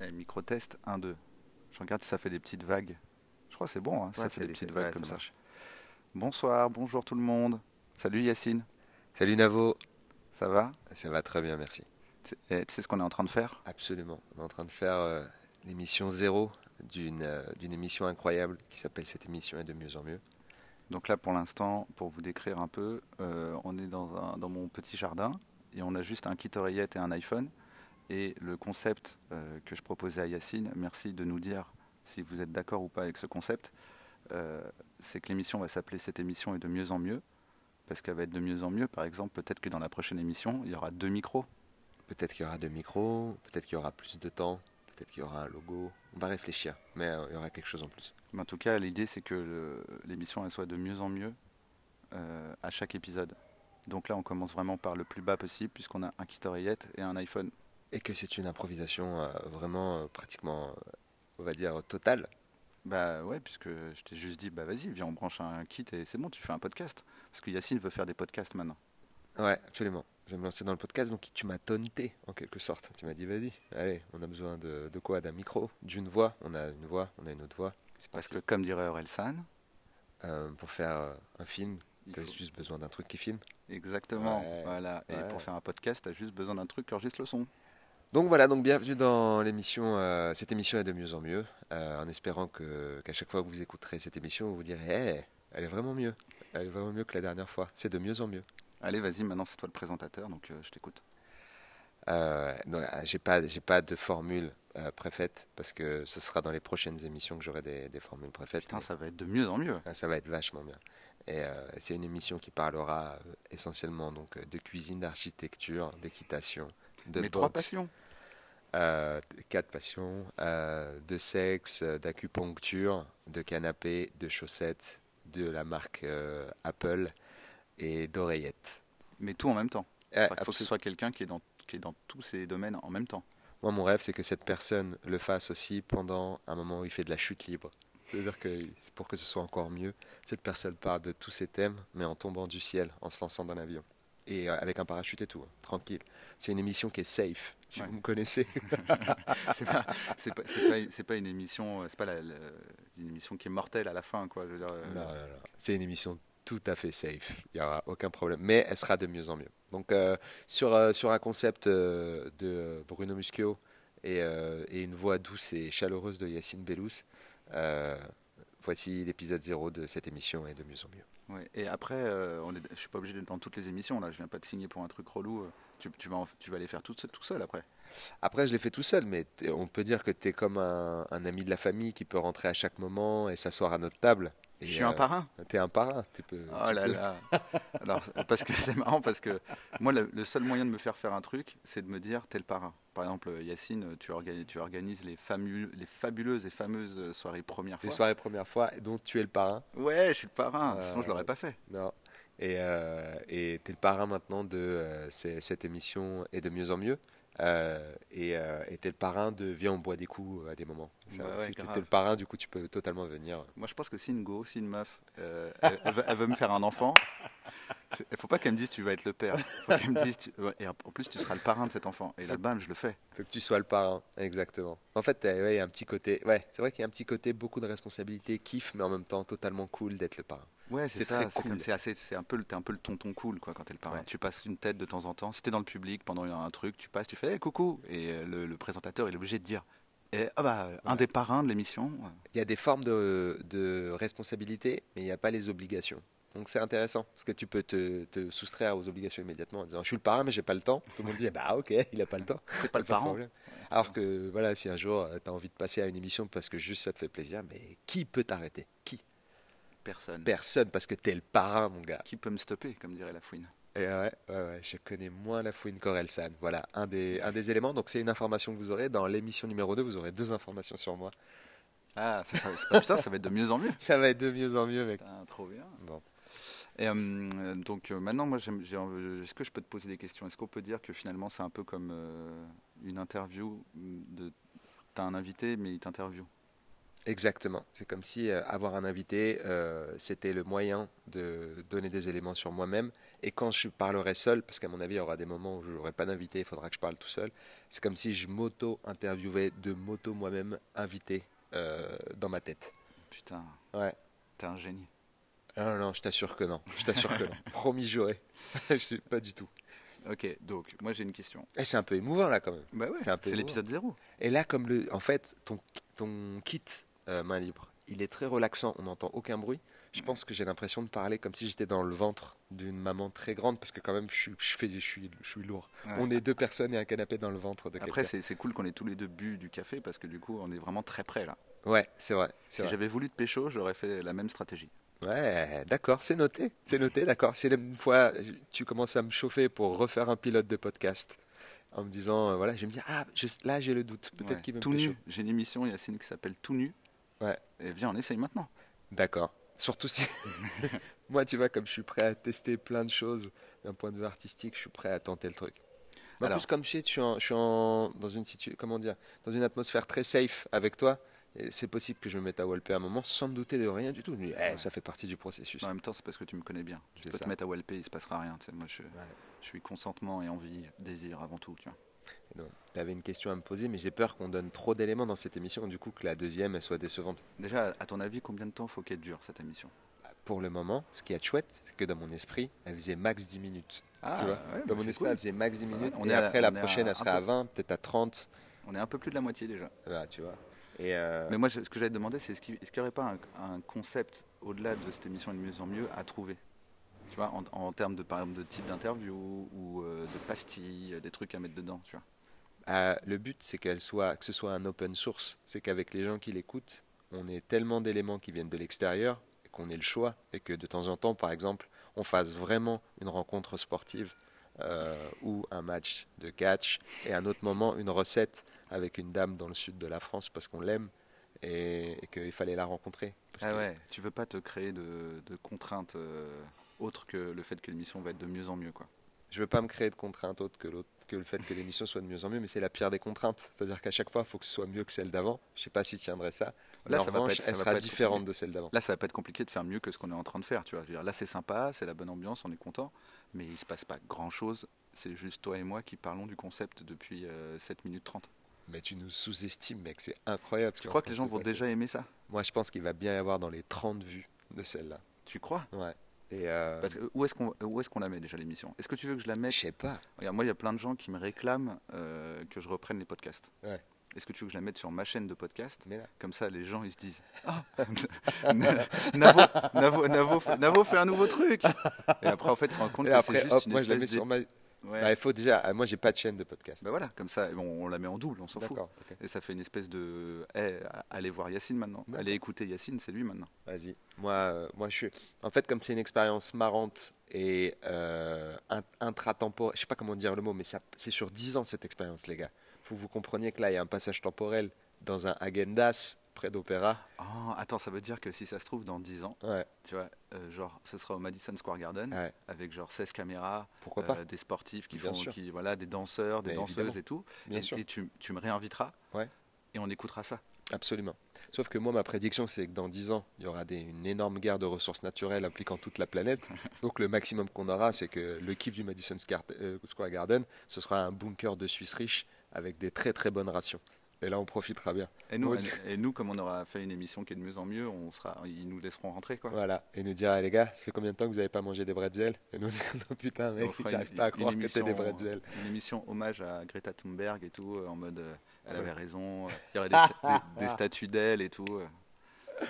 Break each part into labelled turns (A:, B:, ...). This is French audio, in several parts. A: Eh, micro-test 1-2. Je regarde si ça fait des petites vagues. Je crois que c'est bon, hein, si
B: Ouais,
A: ça
B: c'est
A: fait des
B: des-
A: petites
B: ouais,
A: vagues
B: ça
A: comme ça.
B: marche.
A: Bonsoir, bonjour tout le monde. Salut Yacine,
B: Salut Navo.
A: ça va
B: Ça va très bien, merci.
A: Tu- eh, Tu sais ce qu'on est en train de faire
B: Absolument. On est en train de faire euh, l'émission zéro d'une euh, d'une émission incroyable qui s'appelle Cette émission est de mieux en mieux.
A: Donc là, pour l'instant, pour vous décrire un peu, euh, on est dans, un- dans mon petit jardin et on a juste un kit oreillette et un iPhone. Et le concept euh, que je proposais à Yacine, merci de nous dire si vous êtes d'accord ou pas avec ce concept, euh, c'est que l'émission va s'appeler Cette émission est de mieux en mieux, parce qu'elle va être de mieux en mieux. Par exemple, peut-être que dans la prochaine émission, il y aura deux micros.
B: Peut-être qu'il y aura deux micros, peut-être qu'il y aura plus de temps, peut-être qu'il y aura un logo. On va réfléchir, mais euh, il y aura quelque chose en plus.
A: Mais en tout cas, l'idée, c'est que le- l'émission elle soit de mieux en mieux euh, à chaque épisode. Donc là, on commence vraiment par le plus bas possible, puisqu'on a un kit oreillette et un iPhone.
B: Et que c'est une improvisation euh, vraiment euh, pratiquement, euh, on va dire, totale.
A: Bah ouais, puisque je t'ai juste dit, bah vas-y, viens, on branche un kit et c'est bon, tu fais un podcast. Parce que Yacine veut faire des podcasts maintenant.
B: Ouais, absolument. Je vais me lancer dans le podcast, donc tu m'as tonté en quelque sorte. Tu m'as dit, vas-y, allez, on a besoin de, de quoi D'un micro, d'une voix. On a une voix, on a une autre voix. C'est
A: Parce
B: parce
A: que, comme dirait Aurel San,
B: pour faire euh, un film,
A: il
B: t'as
A: faut-
B: juste besoin d'un truc qui filme.
A: exactement,
B: Ouais,
A: voilà. Et
B: ouais.
A: pour faire un podcast, t'as juste besoin d'un truc qui enregistre le son.
B: Donc voilà, donc bienvenue dans l'émission. euh, cette émission est de mieux en mieux, euh, en espérant que qu'à chaque fois que vous écouterez cette émission, vous vous direz, Eh, elle est vraiment mieux. Elle est vraiment mieux que la dernière fois. C'est de mieux en mieux.
A: Allez, vas-y, maintenant c'est toi le présentateur, donc euh, je t'écoute.
B: Euh, non, euh, j'ai pas, j'ai pas de formule euh, préfète parce que ce sera dans les prochaines émissions que j'aurai des, des formules préfètes.
A: Putain, ça va être de mieux en mieux.
B: Ah, Ça va être vachement bien. Et euh, c'est une émission qui parlera euh, essentiellement donc euh, de cuisine, d'architecture, d'équitation, de
A: Mes trois
B: boxe,
A: passions.
B: euh, de- quatre passions, euh, de sexe, euh, d'acupuncture, de canapé, de chaussettes, de la marque euh, Apple et d'oreillettes.
A: Mais tout en même temps.
B: Eh,
A: Il faut que ce
B: absolument.
A: soit quelqu'un qui est dans qui est dans tous ces domaines en même temps.
B: Moi, mon rêve, c'est que cette personne le fasse aussi pendant un moment où il fait de la chute libre. C'est-à-dire que pour que ce soit encore mieux, cette personne parle de tous ses thèmes, mais en tombant du ciel, en se lançant dans l'avion. Et euh, avec un parachute et tout, hein, tranquille. C'est une émission qui est safe, si
A: Ouais.
B: vous me connaissez.
A: c'est pas c'est pas, c'est pas- c'est pas une émission euh, c'est pas la- la- une émission qui est mortelle à la fin quoi. Je veux dire, euh,
B: Non, non, non. C'est une émission tout à fait safe. Il n'y aura aucun problème. Mais elle sera de mieux en mieux. Donc, euh, sur, euh, sur un concept euh, de Bruno Muschio et, euh, et une voix douce et chaleureuse de Yacine Bellous, euh, voici l'épisode 0 de cette émission et de mieux en mieux.
A: Ouais, Et après, euh, on est, je suis pas obligé d'être dans toutes les émissions. Là, je viens pas de signer pour un truc relou. euh, Tu, tu vas, en- tu vas les faire tout, seul- tout seul après.
B: Après, je l'ai fait tout seul, mais t'es- on peut dire que tu es comme un, un ami de la famille qui peut rentrer à chaque moment et s'asseoir à notre table. Et,
A: je suis un
B: euh,
A: parrain.
B: T'es un parrain. Tu peux,
A: Oh
B: tu
A: là
B: peux-
A: là. Alors, c'est- parce que c'est marrant parce que moi, le, le seul moyen de me faire faire un truc, c'est de me dire t'es le parrain. Par exemple, euh, Yacine, tu organises, tu organises les, famu- les fabuleuses et fameuses euh, soirées première
B: Les
A: fois.
B: soirées première fois dont tu es le parrain.
A: Ouais, je suis le parrain.
B: Euh,
A: Sinon, je l'aurais pas fait.
B: Non. Et euh, et t'es le parrain maintenant de euh, c'est- cette émission est de mieux en mieux. Euh, et euh, et t'es le parrain de Viens, on boit des coups euh, à des moments. Ça,
A: Bah ouais,
B: si
A: grave.
B: t'es le parrain, du coup, tu peux totalement venir.
A: Moi, je pense que si une go, si une meuf, euh, elle, elle veut, elle veut me faire un enfant, c'est- il faut pas qu'elle me dise tu vas être le père. Faut qu'elle me dise tu- ouais, et en en plus tu seras le parrain de cet enfant. Et là, bam, je le fais.
B: Faut que tu sois le parrain, exactement. En fait, t'as- ouais, il y a un petit côté. Ouais, c'est vrai qu'il y a un petit côté beaucoup de responsabilité, kiff, mais en même temps totalement cool d'être le parrain.
A: Ouais, c'est
B: C'est
A: ça.
B: très
A: C'est
B: cool.
A: comme c'est assez, c'est un peu, le- t'es un peu le tonton cool quoi quand t'es le parrain.
B: Ouais.
A: Tu passes une tête de temps en temps. Si t'es dans le public pendant un truc, tu passes, tu fais hey, coucou et euh, le, le présentateur il est obligé de dire eh, ah bah un
B: Ouais.
A: des parrains de l'émission.
B: Il y a des formes de, de responsabilité, mais il n'y a pas les obligations. Donc c'est intéressant, parce que tu peux te, te soustraire aux obligations immédiatement en disant je suis le parrain mais j'ai pas le temps. Tout le monde dit bah ok, il a pas le temps.
A: C'est pas le
B: Pas de
A: parent.
B: problème. Alors que voilà, si un jour tu as envie de passer à une émission parce que juste ça te fait plaisir, mais qui peut t'arrêter Qui
A: Personne.
B: Personne, parce que t'es le parrain, mon gars.
A: Qui peut me stopper comme dirait la fouine.
B: Et Eh ouais, ouais, ouais, je connais moins la fouine qu'Orelsan. Voilà, un des, un des éléments. Donc c'est une information que vous aurez. Dans l'émission numéro 2, vous aurez deux informations sur moi.
A: Ah ça, ça, c'est pas- putain, ça va être de mieux en mieux.
B: Ça va être de mieux en mieux, mec.
A: Putain, trop bien.
B: Bon.
A: Et euh, donc euh, maintenant, moi, j'aime- j'ai envie- est-ce que je peux te poser des questions Est-ce qu'on peut dire que finalement, c'est un peu comme euh, une interview de t'as un invité, mais il t'interview
B: Exactement. C'est comme si euh, avoir un invité, euh, c'était le moyen de donner des éléments sur moi-même. Et quand je parlerai seul, parce qu'à mon avis, il y aura des moments où je n'aurai pas d'invité, il faudra que je parle tout seul, c'est comme si je m'auto-interviewais de moto moi-même invité euh, dans ma tête.
A: Putain,
B: Ouais.
A: t'es un génie.
B: Ah non, non, je t'assure que non. Je t'assure que non. Promis juré. je suis pas du tout.
A: Ok, donc moi j'ai une question.
B: Eh, c'est un peu émouvant là quand même.
A: Bah
B: C'est un peu
A: c'est
B: émouvant.
A: l'épisode 0.
B: Et là, comme le, en fait, ton, ton kit euh, main libre, il est très relaxant, on n'entend aucun bruit. Je pense que j'ai l'impression de parler comme si j'étais dans le ventre d'une maman très grande, parce que quand même, je, suis- je, fais, je, suis, je suis lourd.
A: Ouais.
B: On est deux personnes et un canapé dans le ventre de
A: Après,
B: quelqu'un.
A: c'est c'est cool qu'on ait tous les deux bu du café parce que du coup, on est vraiment très près là.
B: Ouais, c'est vrai. c'est
A: Si
B: vrai.
A: j'avais voulu te pécho, j'aurais fait la même stratégie.
B: Ouais, d'accord, c'est noté. C'est noté, d'accord. Si une fois tu commences à me chauffer pour refaire un pilote de podcast, en me disant, euh, voilà, je vais me dire, ah, je- là, j'ai le doute. Peut-être
A: Ouais.
B: qu'il va me
A: Tout
B: pécho.
A: nu. J'ai une émission, Yacine, qui s'appelle Tout nu.
B: Ouais.
A: Et viens, on essaye maintenant.
B: D'accord. Surtout si. Moi, tu vois, comme je suis prêt à tester plein de choses d'un point de vue artistique, je suis prêt à tenter le truc. Mais en
A: Alors-
B: plus, comme je sais, je suis, en- je suis en- dans, une situ- comment dire, dans une atmosphère très safe avec toi. et C'est possible que je me mette à walper un moment sans me douter de rien du tout. Je me dis, Eh, ça fait partie du processus.
A: En même temps, c'est parce que tu me connais bien. Tu
B: C'est
A: peux
B: ça.
A: te mettre à Walpé, il se passera rien. tu sais. Moi, je, je suis consentement et envie, désir avant tout. Tu vois.
B: Tu avais une question à me poser, mais j'ai peur qu'on donne trop d'éléments dans cette émission, du coup que la deuxième, elle soit décevante.
A: Déjà, à ton avis, combien de temps faut qu'elle dure cette émission
B: Pour le moment, ce qui est chouette, c'est que dans mon esprit, elle faisait max 10 minutes.
A: Ah,
B: tu vois
A: ouais, bah,
B: Dans mon
A: c'est
B: esprit,
A: cool.
B: elle faisait max 10 minutes.
A: on
B: et
A: est à-
B: après, la
A: on est à
B: prochaine,
A: un
B: elle serait à
A: peu.
B: 20, peut-être à 30.
A: On est un peu plus de la moitié déjà.
B: Voilà, tu vois. Et euh,
A: Mais moi, je- ce que j'allais te demander, c'est est-ce qu'il n'y aurait pas un, un concept au-delà de cette émission de mieux en mieux à trouver Tu vois, en, en termes de par exemple de type d'interview ou euh, de pastilles, euh, des trucs à mettre dedans, tu vois.
B: euh, le but, c'est qu'elle soit, que ce soit un open source. C'est qu'avec les gens qui l'écoutent, on ait tellement d'éléments qui viennent de l'extérieur et qu'on ait le choix et que de temps en temps, par exemple, on fasse vraiment une rencontre sportive euh, ou un match de catch et à un autre moment une recette avec une dame dans le sud de la France parce qu'on l'aime et, et qu'il fallait la rencontrer. Parce que-
A: Ah ouais. Tu veux pas te créer de, de contraintes euh, autres que le fait que l'émission va être de mieux en mieux, quoi.
B: Je veux pas me créer de contraintes autres que, l'autre- que le fait que l'émission soit de mieux en mieux, mais c'est la pire des contraintes. C'est-à-dire qu'à chaque fois, il faut que ce soit mieux que celle d'avant. Je sais pas si tiendrait ça.
A: Là,
B: Mais en
A: ça va pas
B: revanche,
A: être- ça
B: elle
A: va
B: sera
A: pas être
B: différente
A: compliqué.
B: de celle d'avant.
A: Là, ça va pas être compliqué de faire mieux que ce qu'on est en train de faire, tu vois. Je veux dire, là, c'est sympa, c'est la bonne ambiance, on est content, mais il se passe pas grand-chose. C'est juste toi et moi qui parlons du concept depuis euh, 7 minutes 30.
B: Mais tu nous sous-estimes, mec, c'est incroyable. ce qui
A: Tu
B: est en
A: crois que
B: train
A: les
B: de
A: gens
B: se
A: vont
B: passer.
A: déjà aimer ça
B: Moi, je pense qu'il va bien y avoir dans les 30 vues de celle-là.
A: Tu crois
B: Ouais. Et euh,
A: Parce que où est-ce qu'on où est-ce qu'on la met déjà l'émission Est-ce que tu veux que je la
B: je
A: mette
B: sais pas.
A: Regarde, moi il y a plein de gens qui me réclament euh, que je reprenne les podcasts.
B: Ouais.
A: Est-ce que tu veux que je la mette sur ma chaîne de podcast
B: Mais là,
A: Comme ça les gens ils se disent Ah Navo, Navo, Navo, fait- Navo fait un nouveau truc Et après en fait ils se rendent compte
B: Et
A: que
B: après,
A: c'est
B: hop,
A: juste une
B: moi, je la mets
A: espèce de.
B: sur ma.
A: Ouais.
B: Bah, il faut déjà. ah, Moi, j'ai pas de chaîne de podcast.
A: Bah voilà, comme ça on, on la met en double, on s'en fout.
B: D'accord. ok.
A: Et ça fait une espèce de Eh, allez voir Yacine maintenant.
B: D'accord.
A: Allez écouter Yacine, c'est lui maintenant.
B: Vas-y. Moi, euh, moi, je suis. En fait, comme c'est une expérience marrante et euh, in- intratemporelle, je sais pas comment dire le mot, mais ça, c'est sur 10 ans cette expérience, les gars. Faut que vous compreniez que là, il y a un passage temporel dans un Agendas près d'Opéra.
A: Oh, attends, ça veut dire que si ça se trouve dans 10 ans,
B: Ouais,
A: tu vois, euh, genre ce sera au Madison Square Garden.
B: ouais.
A: avec genre 16 caméras,
B: Ah. Pourquoi
A: euh,
B: pas
A: des sportifs qui
B: Bien
A: font,
B: sûr.
A: qui, voilà, des danseurs, des
B: Mais
A: danseuses
B: évidemment.
A: et tout.
B: Bien
A: et
B: sûr,
A: et tu, tu me réinviteras
B: Ouais.
A: et on écoutera ça.
B: absolument. Sauf que moi, ma prédiction, c'est que dans 10 ans, il y aura des- une énorme guerre de ressources naturelles impliquant toute la planète. Donc, le maximum qu'on aura, c'est que le kiff du Madison Scar- euh, Square Garden, ce sera un bunker de Suisse riche avec des très très bonnes rations. Et là, on profitera bien.
A: Et nous,
B: Ouais.
A: et, et nous, comme on aura fait une émission qui est de mieux en mieux, on sera, ils nous laisseront rentrer quoi.
B: Voilà, et nous dira, les gars, ça fait combien de temps que vous n'avez pas mangé des bretzels Et nous dire, non, putain,
A: Et
B: mec,
A: on fera
B: j'arrive pas à croire que c'était des bretzels.
A: une émission hommage à Greta Thunberg et tout, euh, en mode euh, elle
B: Ouais.
A: avait raison, euh, il y aurait des, sta- des- des statues d'elle et tout. euh.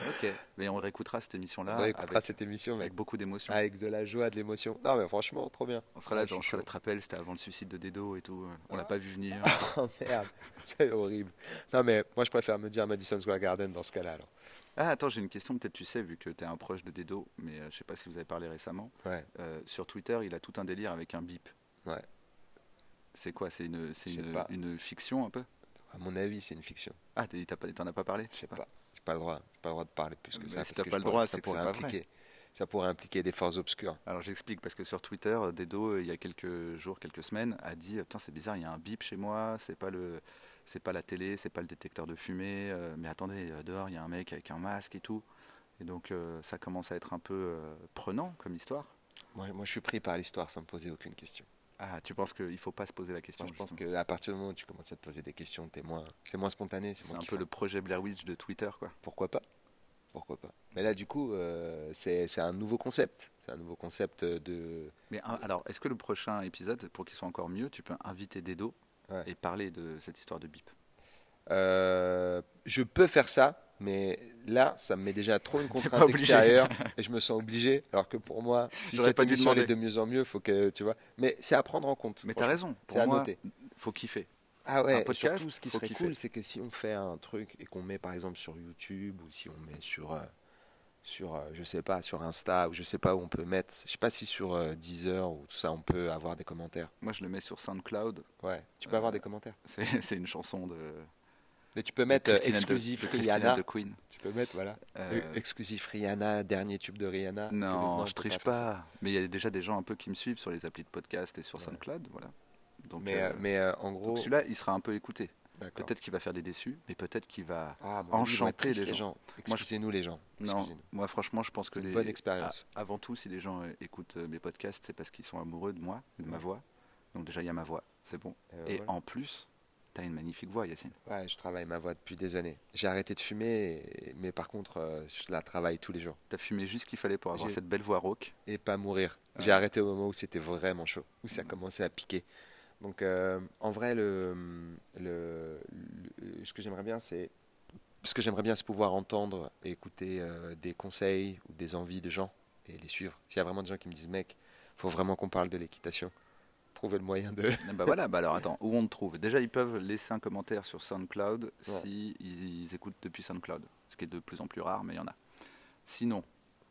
A: Ok, mais on réécoutera cette émission-là
B: on
A: avec,
B: écoutera cette émission, mec,
A: avec beaucoup d'émotion.
B: avec de la joie, de l'émotion. Non, mais franchement, trop bien.
A: On sera là,
B: Ouais,
A: genre,
B: je
A: je
B: suis
A: serai là, tu te rappelles, c'était avant le suicide de Dedo et tout. euh, On l'a pas vu venir.
B: Oh merde, c'est horrible. Non, mais moi, je préfère me dire Madison Square Garden dans ce cas-là, alors.
A: Ah, attends, j'ai une question, peut-être tu sais, vu que tu es un proche de Dedo, mais euh, je sais pas si vous avez parlé récemment.
B: Ouais,
A: Euh, sur Twitter, il a tout un délire avec un bip.
B: Ouais.
A: C'est quoi C'est une, c'est
B: Je sais
A: une,
B: pas.
A: une fiction un peu
B: à mon avis, c'est une fiction.
A: Ah, t'es- t'as pas- t'en as pas parlé Ah.
B: Je sais pas. J'ai pas le droit, j'ai pas le droit de parler plus que
A: Mais
B: ça.
A: si
B: parce
A: t'as
B: que
A: pas
B: je
A: le
B: pourrais-
A: droit,
B: ça
A: c'est que c'est
B: pourrait
A: pas vrai.
B: impliquer, ça pourrait impliquer des forces obscures.
A: Alors j'explique, parce que sur Twitter, euh, Dedo, euh, il y a quelques jours, quelques semaines, a dit Putain, c'est bizarre, il y a un bip chez moi, c'est pas le. c'est pas la télé, c'est pas le détecteur de fumée, euh, mais attendez, euh, dehors il y a un mec avec un masque et tout. Et donc euh, ça commence à être un peu euh, prenant comme histoire.
B: Moi, moi, je suis pris par l'histoire sans me poser aucune question.
A: Ah, tu penses qu'il faut pas se poser la question
B: Moi, je pense
A: justement.
B: qu'à partir du moment où tu commences à te poser des questions, t'es moins, c'est moins spontané. C'est
A: C'est
B: moins
A: un peu
B: kiffant.
A: le projet Blair Witch de Twitter, quoi.
B: Pourquoi pas Pourquoi pas Mais là, du coup, euh, c'est c'est un nouveau concept. C'est un nouveau concept de.
A: Mais hein, alors, est-ce que le prochain épisode, pour qu'il soit encore mieux, tu peux inviter Dedo
B: Ouais.
A: et parler de cette histoire de bip
B: Euh, je peux faire ça, mais là, ça me met déjà trop une
A: pas
B: contrainte
A: obligé.
B: extérieure et je me sens obligé. Alors que pour moi, si
A: J'aurais
B: cette
A: pas dû
B: émission elle est
A: demander.
B: de mieux en mieux, faut que tu vois. Mais c'est à prendre en compte.
A: Mais t'as raison,
B: c'est
A: pour
B: à
A: moi,
B: noter.
A: faut kiffer.
B: Ah ouais,
A: Un
B: et
A: podcast,
B: surtout, ce qui
A: faut
B: serait
A: kiffer.
B: cool, c'est que si on fait un truc et qu'on met par exemple sur YouTube ou si on met sur, euh, sur euh, je sais pas, sur Insta ou je sais pas où on peut mettre, je sais pas si sur euh, Deezer ou tout ça, on peut avoir des commentaires.
A: Moi, je le mets sur SoundCloud.
B: Ouais, tu peux avoir des commentaires.
A: C'est c'est une chanson de.
B: Mais tu peux
A: Euh, de
B: mettre euh,
A: Christina de-
B: exclusif
A: de Christina
B: Rihanna.
A: de Queen.
B: Tu peux mettre, voilà.
A: Euh,
B: Euh, Exclusif Rihanna, dernier tube de Rihanna.
A: Non,
B: on
A: je
B: peut
A: triche
B: faire ça.
A: pas. Mais il y a déjà des gens un peu qui me suivent sur les applis de podcast et sur
B: Ouais.
A: SoundCloud, voilà. Donc,
B: Mais,
A: euh,
B: euh, mais euh, en
A: donc
B: gros,
A: celui-là, il sera un peu écouté.
B: d'accord.
A: Peut-être qu'il va faire des déçus, mais peut-être qu'il va.
B: Ah, bon, ils vont être
A: enchanter
B: tristes,
A: les
B: les
A: gens.
B: gens. Excusez-nous les gens.
A: Non,
B: Excusez-nous.
A: moi, franchement, je pense que
B: C'est une
A: les.
B: bonne expérience.
A: Ah, avant tout, si les gens euh, écoutent euh, mes podcasts, c'est parce qu'ils sont amoureux de moi, de ma
B: Ouais.
A: voix. Donc, déjà, il y a ma voix, c'est bon.
B: Euh,
A: Et
B: voilà.
A: en plus, t'as une magnifique voix, Yacine.
B: Ouais, je travaille ma voix depuis des années. J'ai arrêté de fumer, et- mais par contre, euh, je la travaille tous les jours.
A: T'as fumé juste ce qu'il fallait pour avoir
B: J'ai-
A: cette belle voix rauque.
B: Et pas mourir.
A: Ouais.
B: J'ai arrêté au moment où c'était vraiment chaud, où ça
A: Mm.
B: commençait à piquer. Donc, euh, en vrai, le, le- le- ce que j'aimerais bien, c'est ce que j'aimerais bien, c'est pouvoir entendre et écouter euh, des conseils ou des envies de gens et les suivre. S'il y a vraiment des gens qui me disent, mec, faut vraiment qu'on parle de l'équitation. Trouver le moyen de.
A: Ah Bah voilà, bah alors attends, où on te trouve Déjà, ils peuvent laisser un commentaire sur SoundCloud
B: Ouais.
A: si ils, ils écoutent depuis SoundCloud, ce qui est de plus en plus rare, mais il y en a. Sinon,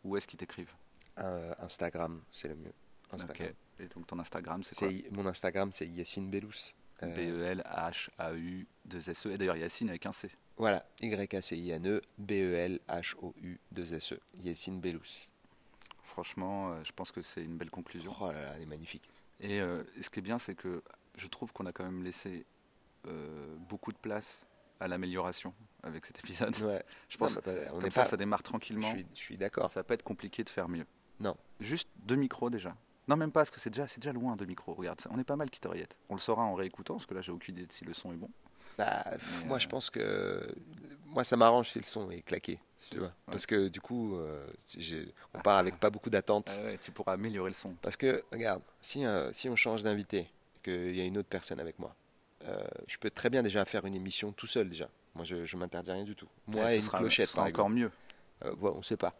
A: où est-ce qu'ils t'écrivent
B: Euh, Instagram, c'est le mieux. Instagram.
A: Ok. Et donc ton Instagram, c'est quoi E
B: C'est mon Instagram, c'est Yacine Bellous. Euh,
A: B-E-L-H-A-U-2-S-E. E. Et d'ailleurs, Yacine avec un C.
B: Voilà, Y-A-C-I-N-E, E B-E-L-H-O-U-2-S-E, Yessine E. Bellous.
A: Franchement, euh, je pense que c'est une belle conclusion.
B: Oh là là, elle est magnifique.
A: Et euh, ce qui est bien, c'est que je trouve qu'on a quand même laissé euh, beaucoup de place à l'amélioration avec cet épisode.
B: Ouais,
A: Je pense
B: Non, mais, bah, on
A: comme
B: est
A: ça,
B: pas-
A: ça démarre
B: je
A: tranquillement.
B: suis, je suis d'accord.
A: Ça va pas être compliqué de faire mieux.
B: Non.
A: Juste deux micros déjà. Non, même pas, parce que c'est déjà, c'est déjà loin deux micros. Regarde, ça, on est pas mal qui t'oreillette. On le saura en réécoutant, parce que là, j'ai aucune idée de si le son est bon.
B: Bah, pff,
A: Mais,
B: moi,
A: euh,
B: je pense que. Moi, ça m'arrange si le son est claqué. Tu vois.
A: Ouais.
B: Parce que du coup, euh, j'ai- on part avec pas beaucoup d'attentes.
A: Ah ouais, tu pourras améliorer le son.
B: Parce que, regarde, si, euh, si on change d'invité, qu'il y a une autre personne avec moi, euh, je peux très bien déjà faire une émission tout seul déjà. Moi, je, je m'interdis rien du tout. Moi
A: Ouais,
B: et
A: ce
B: une
A: sera-
B: clochette,
A: ce sera
B: par
A: encore
B: exemple.
A: mieux.
B: Euh, ouais, on sait pas.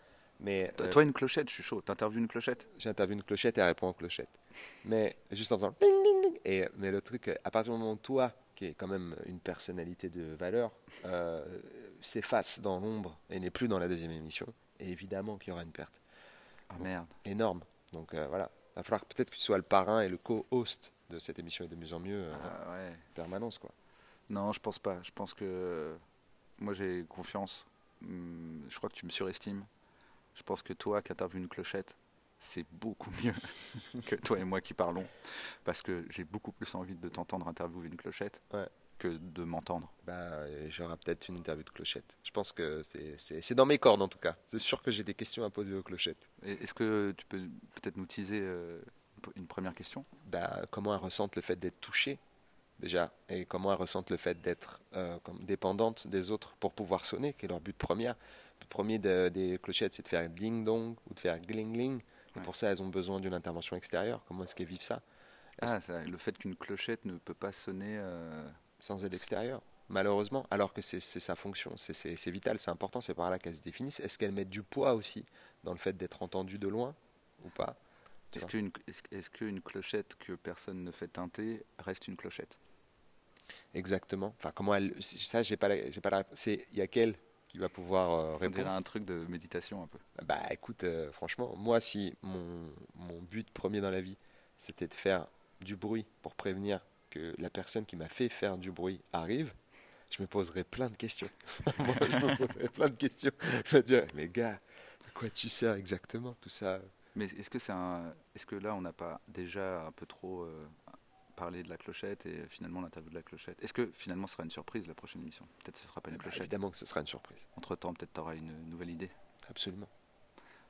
B: Mais
A: Toi-
B: euh,
A: Toi, une clochette, je suis chaud. T'interviews une clochette
B: j'interviewe une clochette et elle répond aux clochettes. Mais juste en faisant ding ding ding. Et, mais le truc, euh, à partir du moment où toi, qui est quand même une personnalité de valeur, euh, s'efface dans l'ombre et n'est plus dans la deuxième émission, et évidemment qu'il y aura une perte
A: Ah
B: Bon.
A: merde.
B: énorme. Donc euh, voilà, il va falloir peut-être que tu sois le parrain et le co-host de cette émission et de mieux en mieux euh,
A: Ah ouais.
B: en permanence. Quoi.
A: Non, je pense pas. Je pense que. euh, Moi, j'ai confiance. Hum, Je crois que tu me surestimes. Je pense que toi qui interviews une clochette, c'est beaucoup mieux que toi et moi qui parlons. Parce que j'ai beaucoup plus envie de t'entendre interviewer une clochette
B: Ouais.
A: que de m'entendre.
B: Bah, euh, j'aurai peut-être une interview de clochette. Je pense que c'est- c'est c'est dans mes cordes en tout cas. C'est sûr que j'ai des questions à poser aux clochettes.
A: Et Est-ce que tu peux peut-être nous teaser euh, une première question
B: bah, comment elles ressentent le fait d'être touchées déjà et comment elles ressentent le fait d'être euh, comme dépendantes des autres pour pouvoir sonner, qui est leur but premier. Le but premier de- des clochettes, c'est de faire ding dong ou de faire gling gling. Et
A: Ouais.
B: pour ça, elles ont besoin d'une intervention extérieure. Comment est-ce qu'elles vivent ça
A: Ah, ça, le fait qu'une clochette ne peut pas sonner. euh,
B: sans aide extérieure Malheureusement, alors que c'est c'est sa fonction, c'est- c'est c'est vital, c'est important, c'est par là qu'elles se définissent. Est-ce qu'elles mettent du poids aussi dans le fait d'être entendues de loin ou pas Tu
A: Est-ce
B: vois.
A: qu'une est-ce- est-ce qu'une clochette que personne ne fait teinter reste une clochette
B: Exactement. Enfin, comment elles, ça, j'ai pas, la- j'ai pas la réponse. C'est il y a qu'elle qui va pouvoir euh,
A: On
B: répondre.
A: dirait un truc de méditation un peu.
B: Bah écoute, euh, franchement, moi si mon, mon but premier dans la vie, c'était de faire du bruit pour prévenir que la personne qui m'a fait faire du bruit arrive, je me poserais plein de questions. moi, je me poserais plein de questions. Je me dirais, mais gars, à quoi tu sers exactement tout ça
A: Mais est-ce que c'est un, est-ce que là on n'a pas déjà un peu trop euh, parler de la clochette et finalement l'interview de la clochette. Est-ce que finalement ce sera une surprise la prochaine émission Peut-être ce sera pas une
B: Bah,
A: clochette.
B: évidemment que ce sera une surprise.
A: Entre temps, peut-être tu auras une nouvelle idée.
B: Absolument.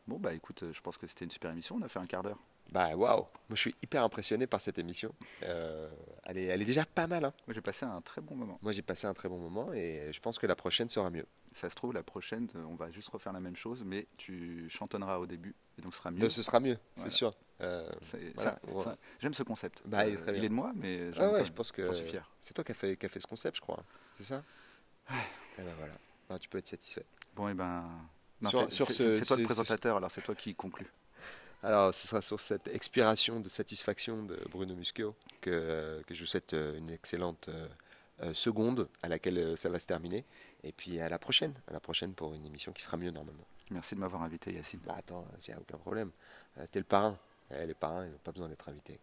A: Bon, bah écoute, euh, je pense que c'était une super émission. On a fait un quart d'heure.
B: Bah waouh, moi je suis hyper impressionné par cette émission. Euh, elle, est, elle est déjà pas mal. hein.
A: Moi, j'ai passé un très bon moment.
B: Moi j'ai passé un très bon moment et je pense que la prochaine sera mieux.
A: Ça se trouve, la prochaine, euh, on va juste refaire la même chose, mais tu chantonneras au début et donc ce sera mieux.
B: Non, Euh, ce sera mieux,
A: Voilà.
B: c'est sûr. Euh,
A: C'est-
B: Voilà,
A: ça-
B: ouais.
A: ça- J'aime ce concept. Euh,
B: Bah, il est très bien.
A: de moi, mais j'aime
B: ah ouais,
A: quand
B: je
A: même.
B: pense que
A: J'en suis fier.
B: c'est toi qui as fait, qui as fait ce concept, je crois. hein. C'est ça Eh ben voilà. Ah, tu peux être satisfait.
A: Bon, et ben. non,
B: Sur-
A: c'est-
B: sur
A: c'est
B: ce-
A: c'est toi
B: ce-
A: le
B: ce-
A: présentateur, alors c'est toi qui conclus.
B: Alors, ce sera sur cette expiration de satisfaction de Bruno Muschio que, euh, que je vous souhaite euh, une excellente euh, euh, seconde à laquelle euh, ça va se terminer. Et puis à la prochaine, à la prochaine pour une émission qui sera mieux normalement.
A: Merci de m'avoir invité, Yacine.
B: Bah attends, il n'y a aucun problème. Euh, T'es le parrain. Eh, les parrains, ils n'ont pas besoin d'être invités.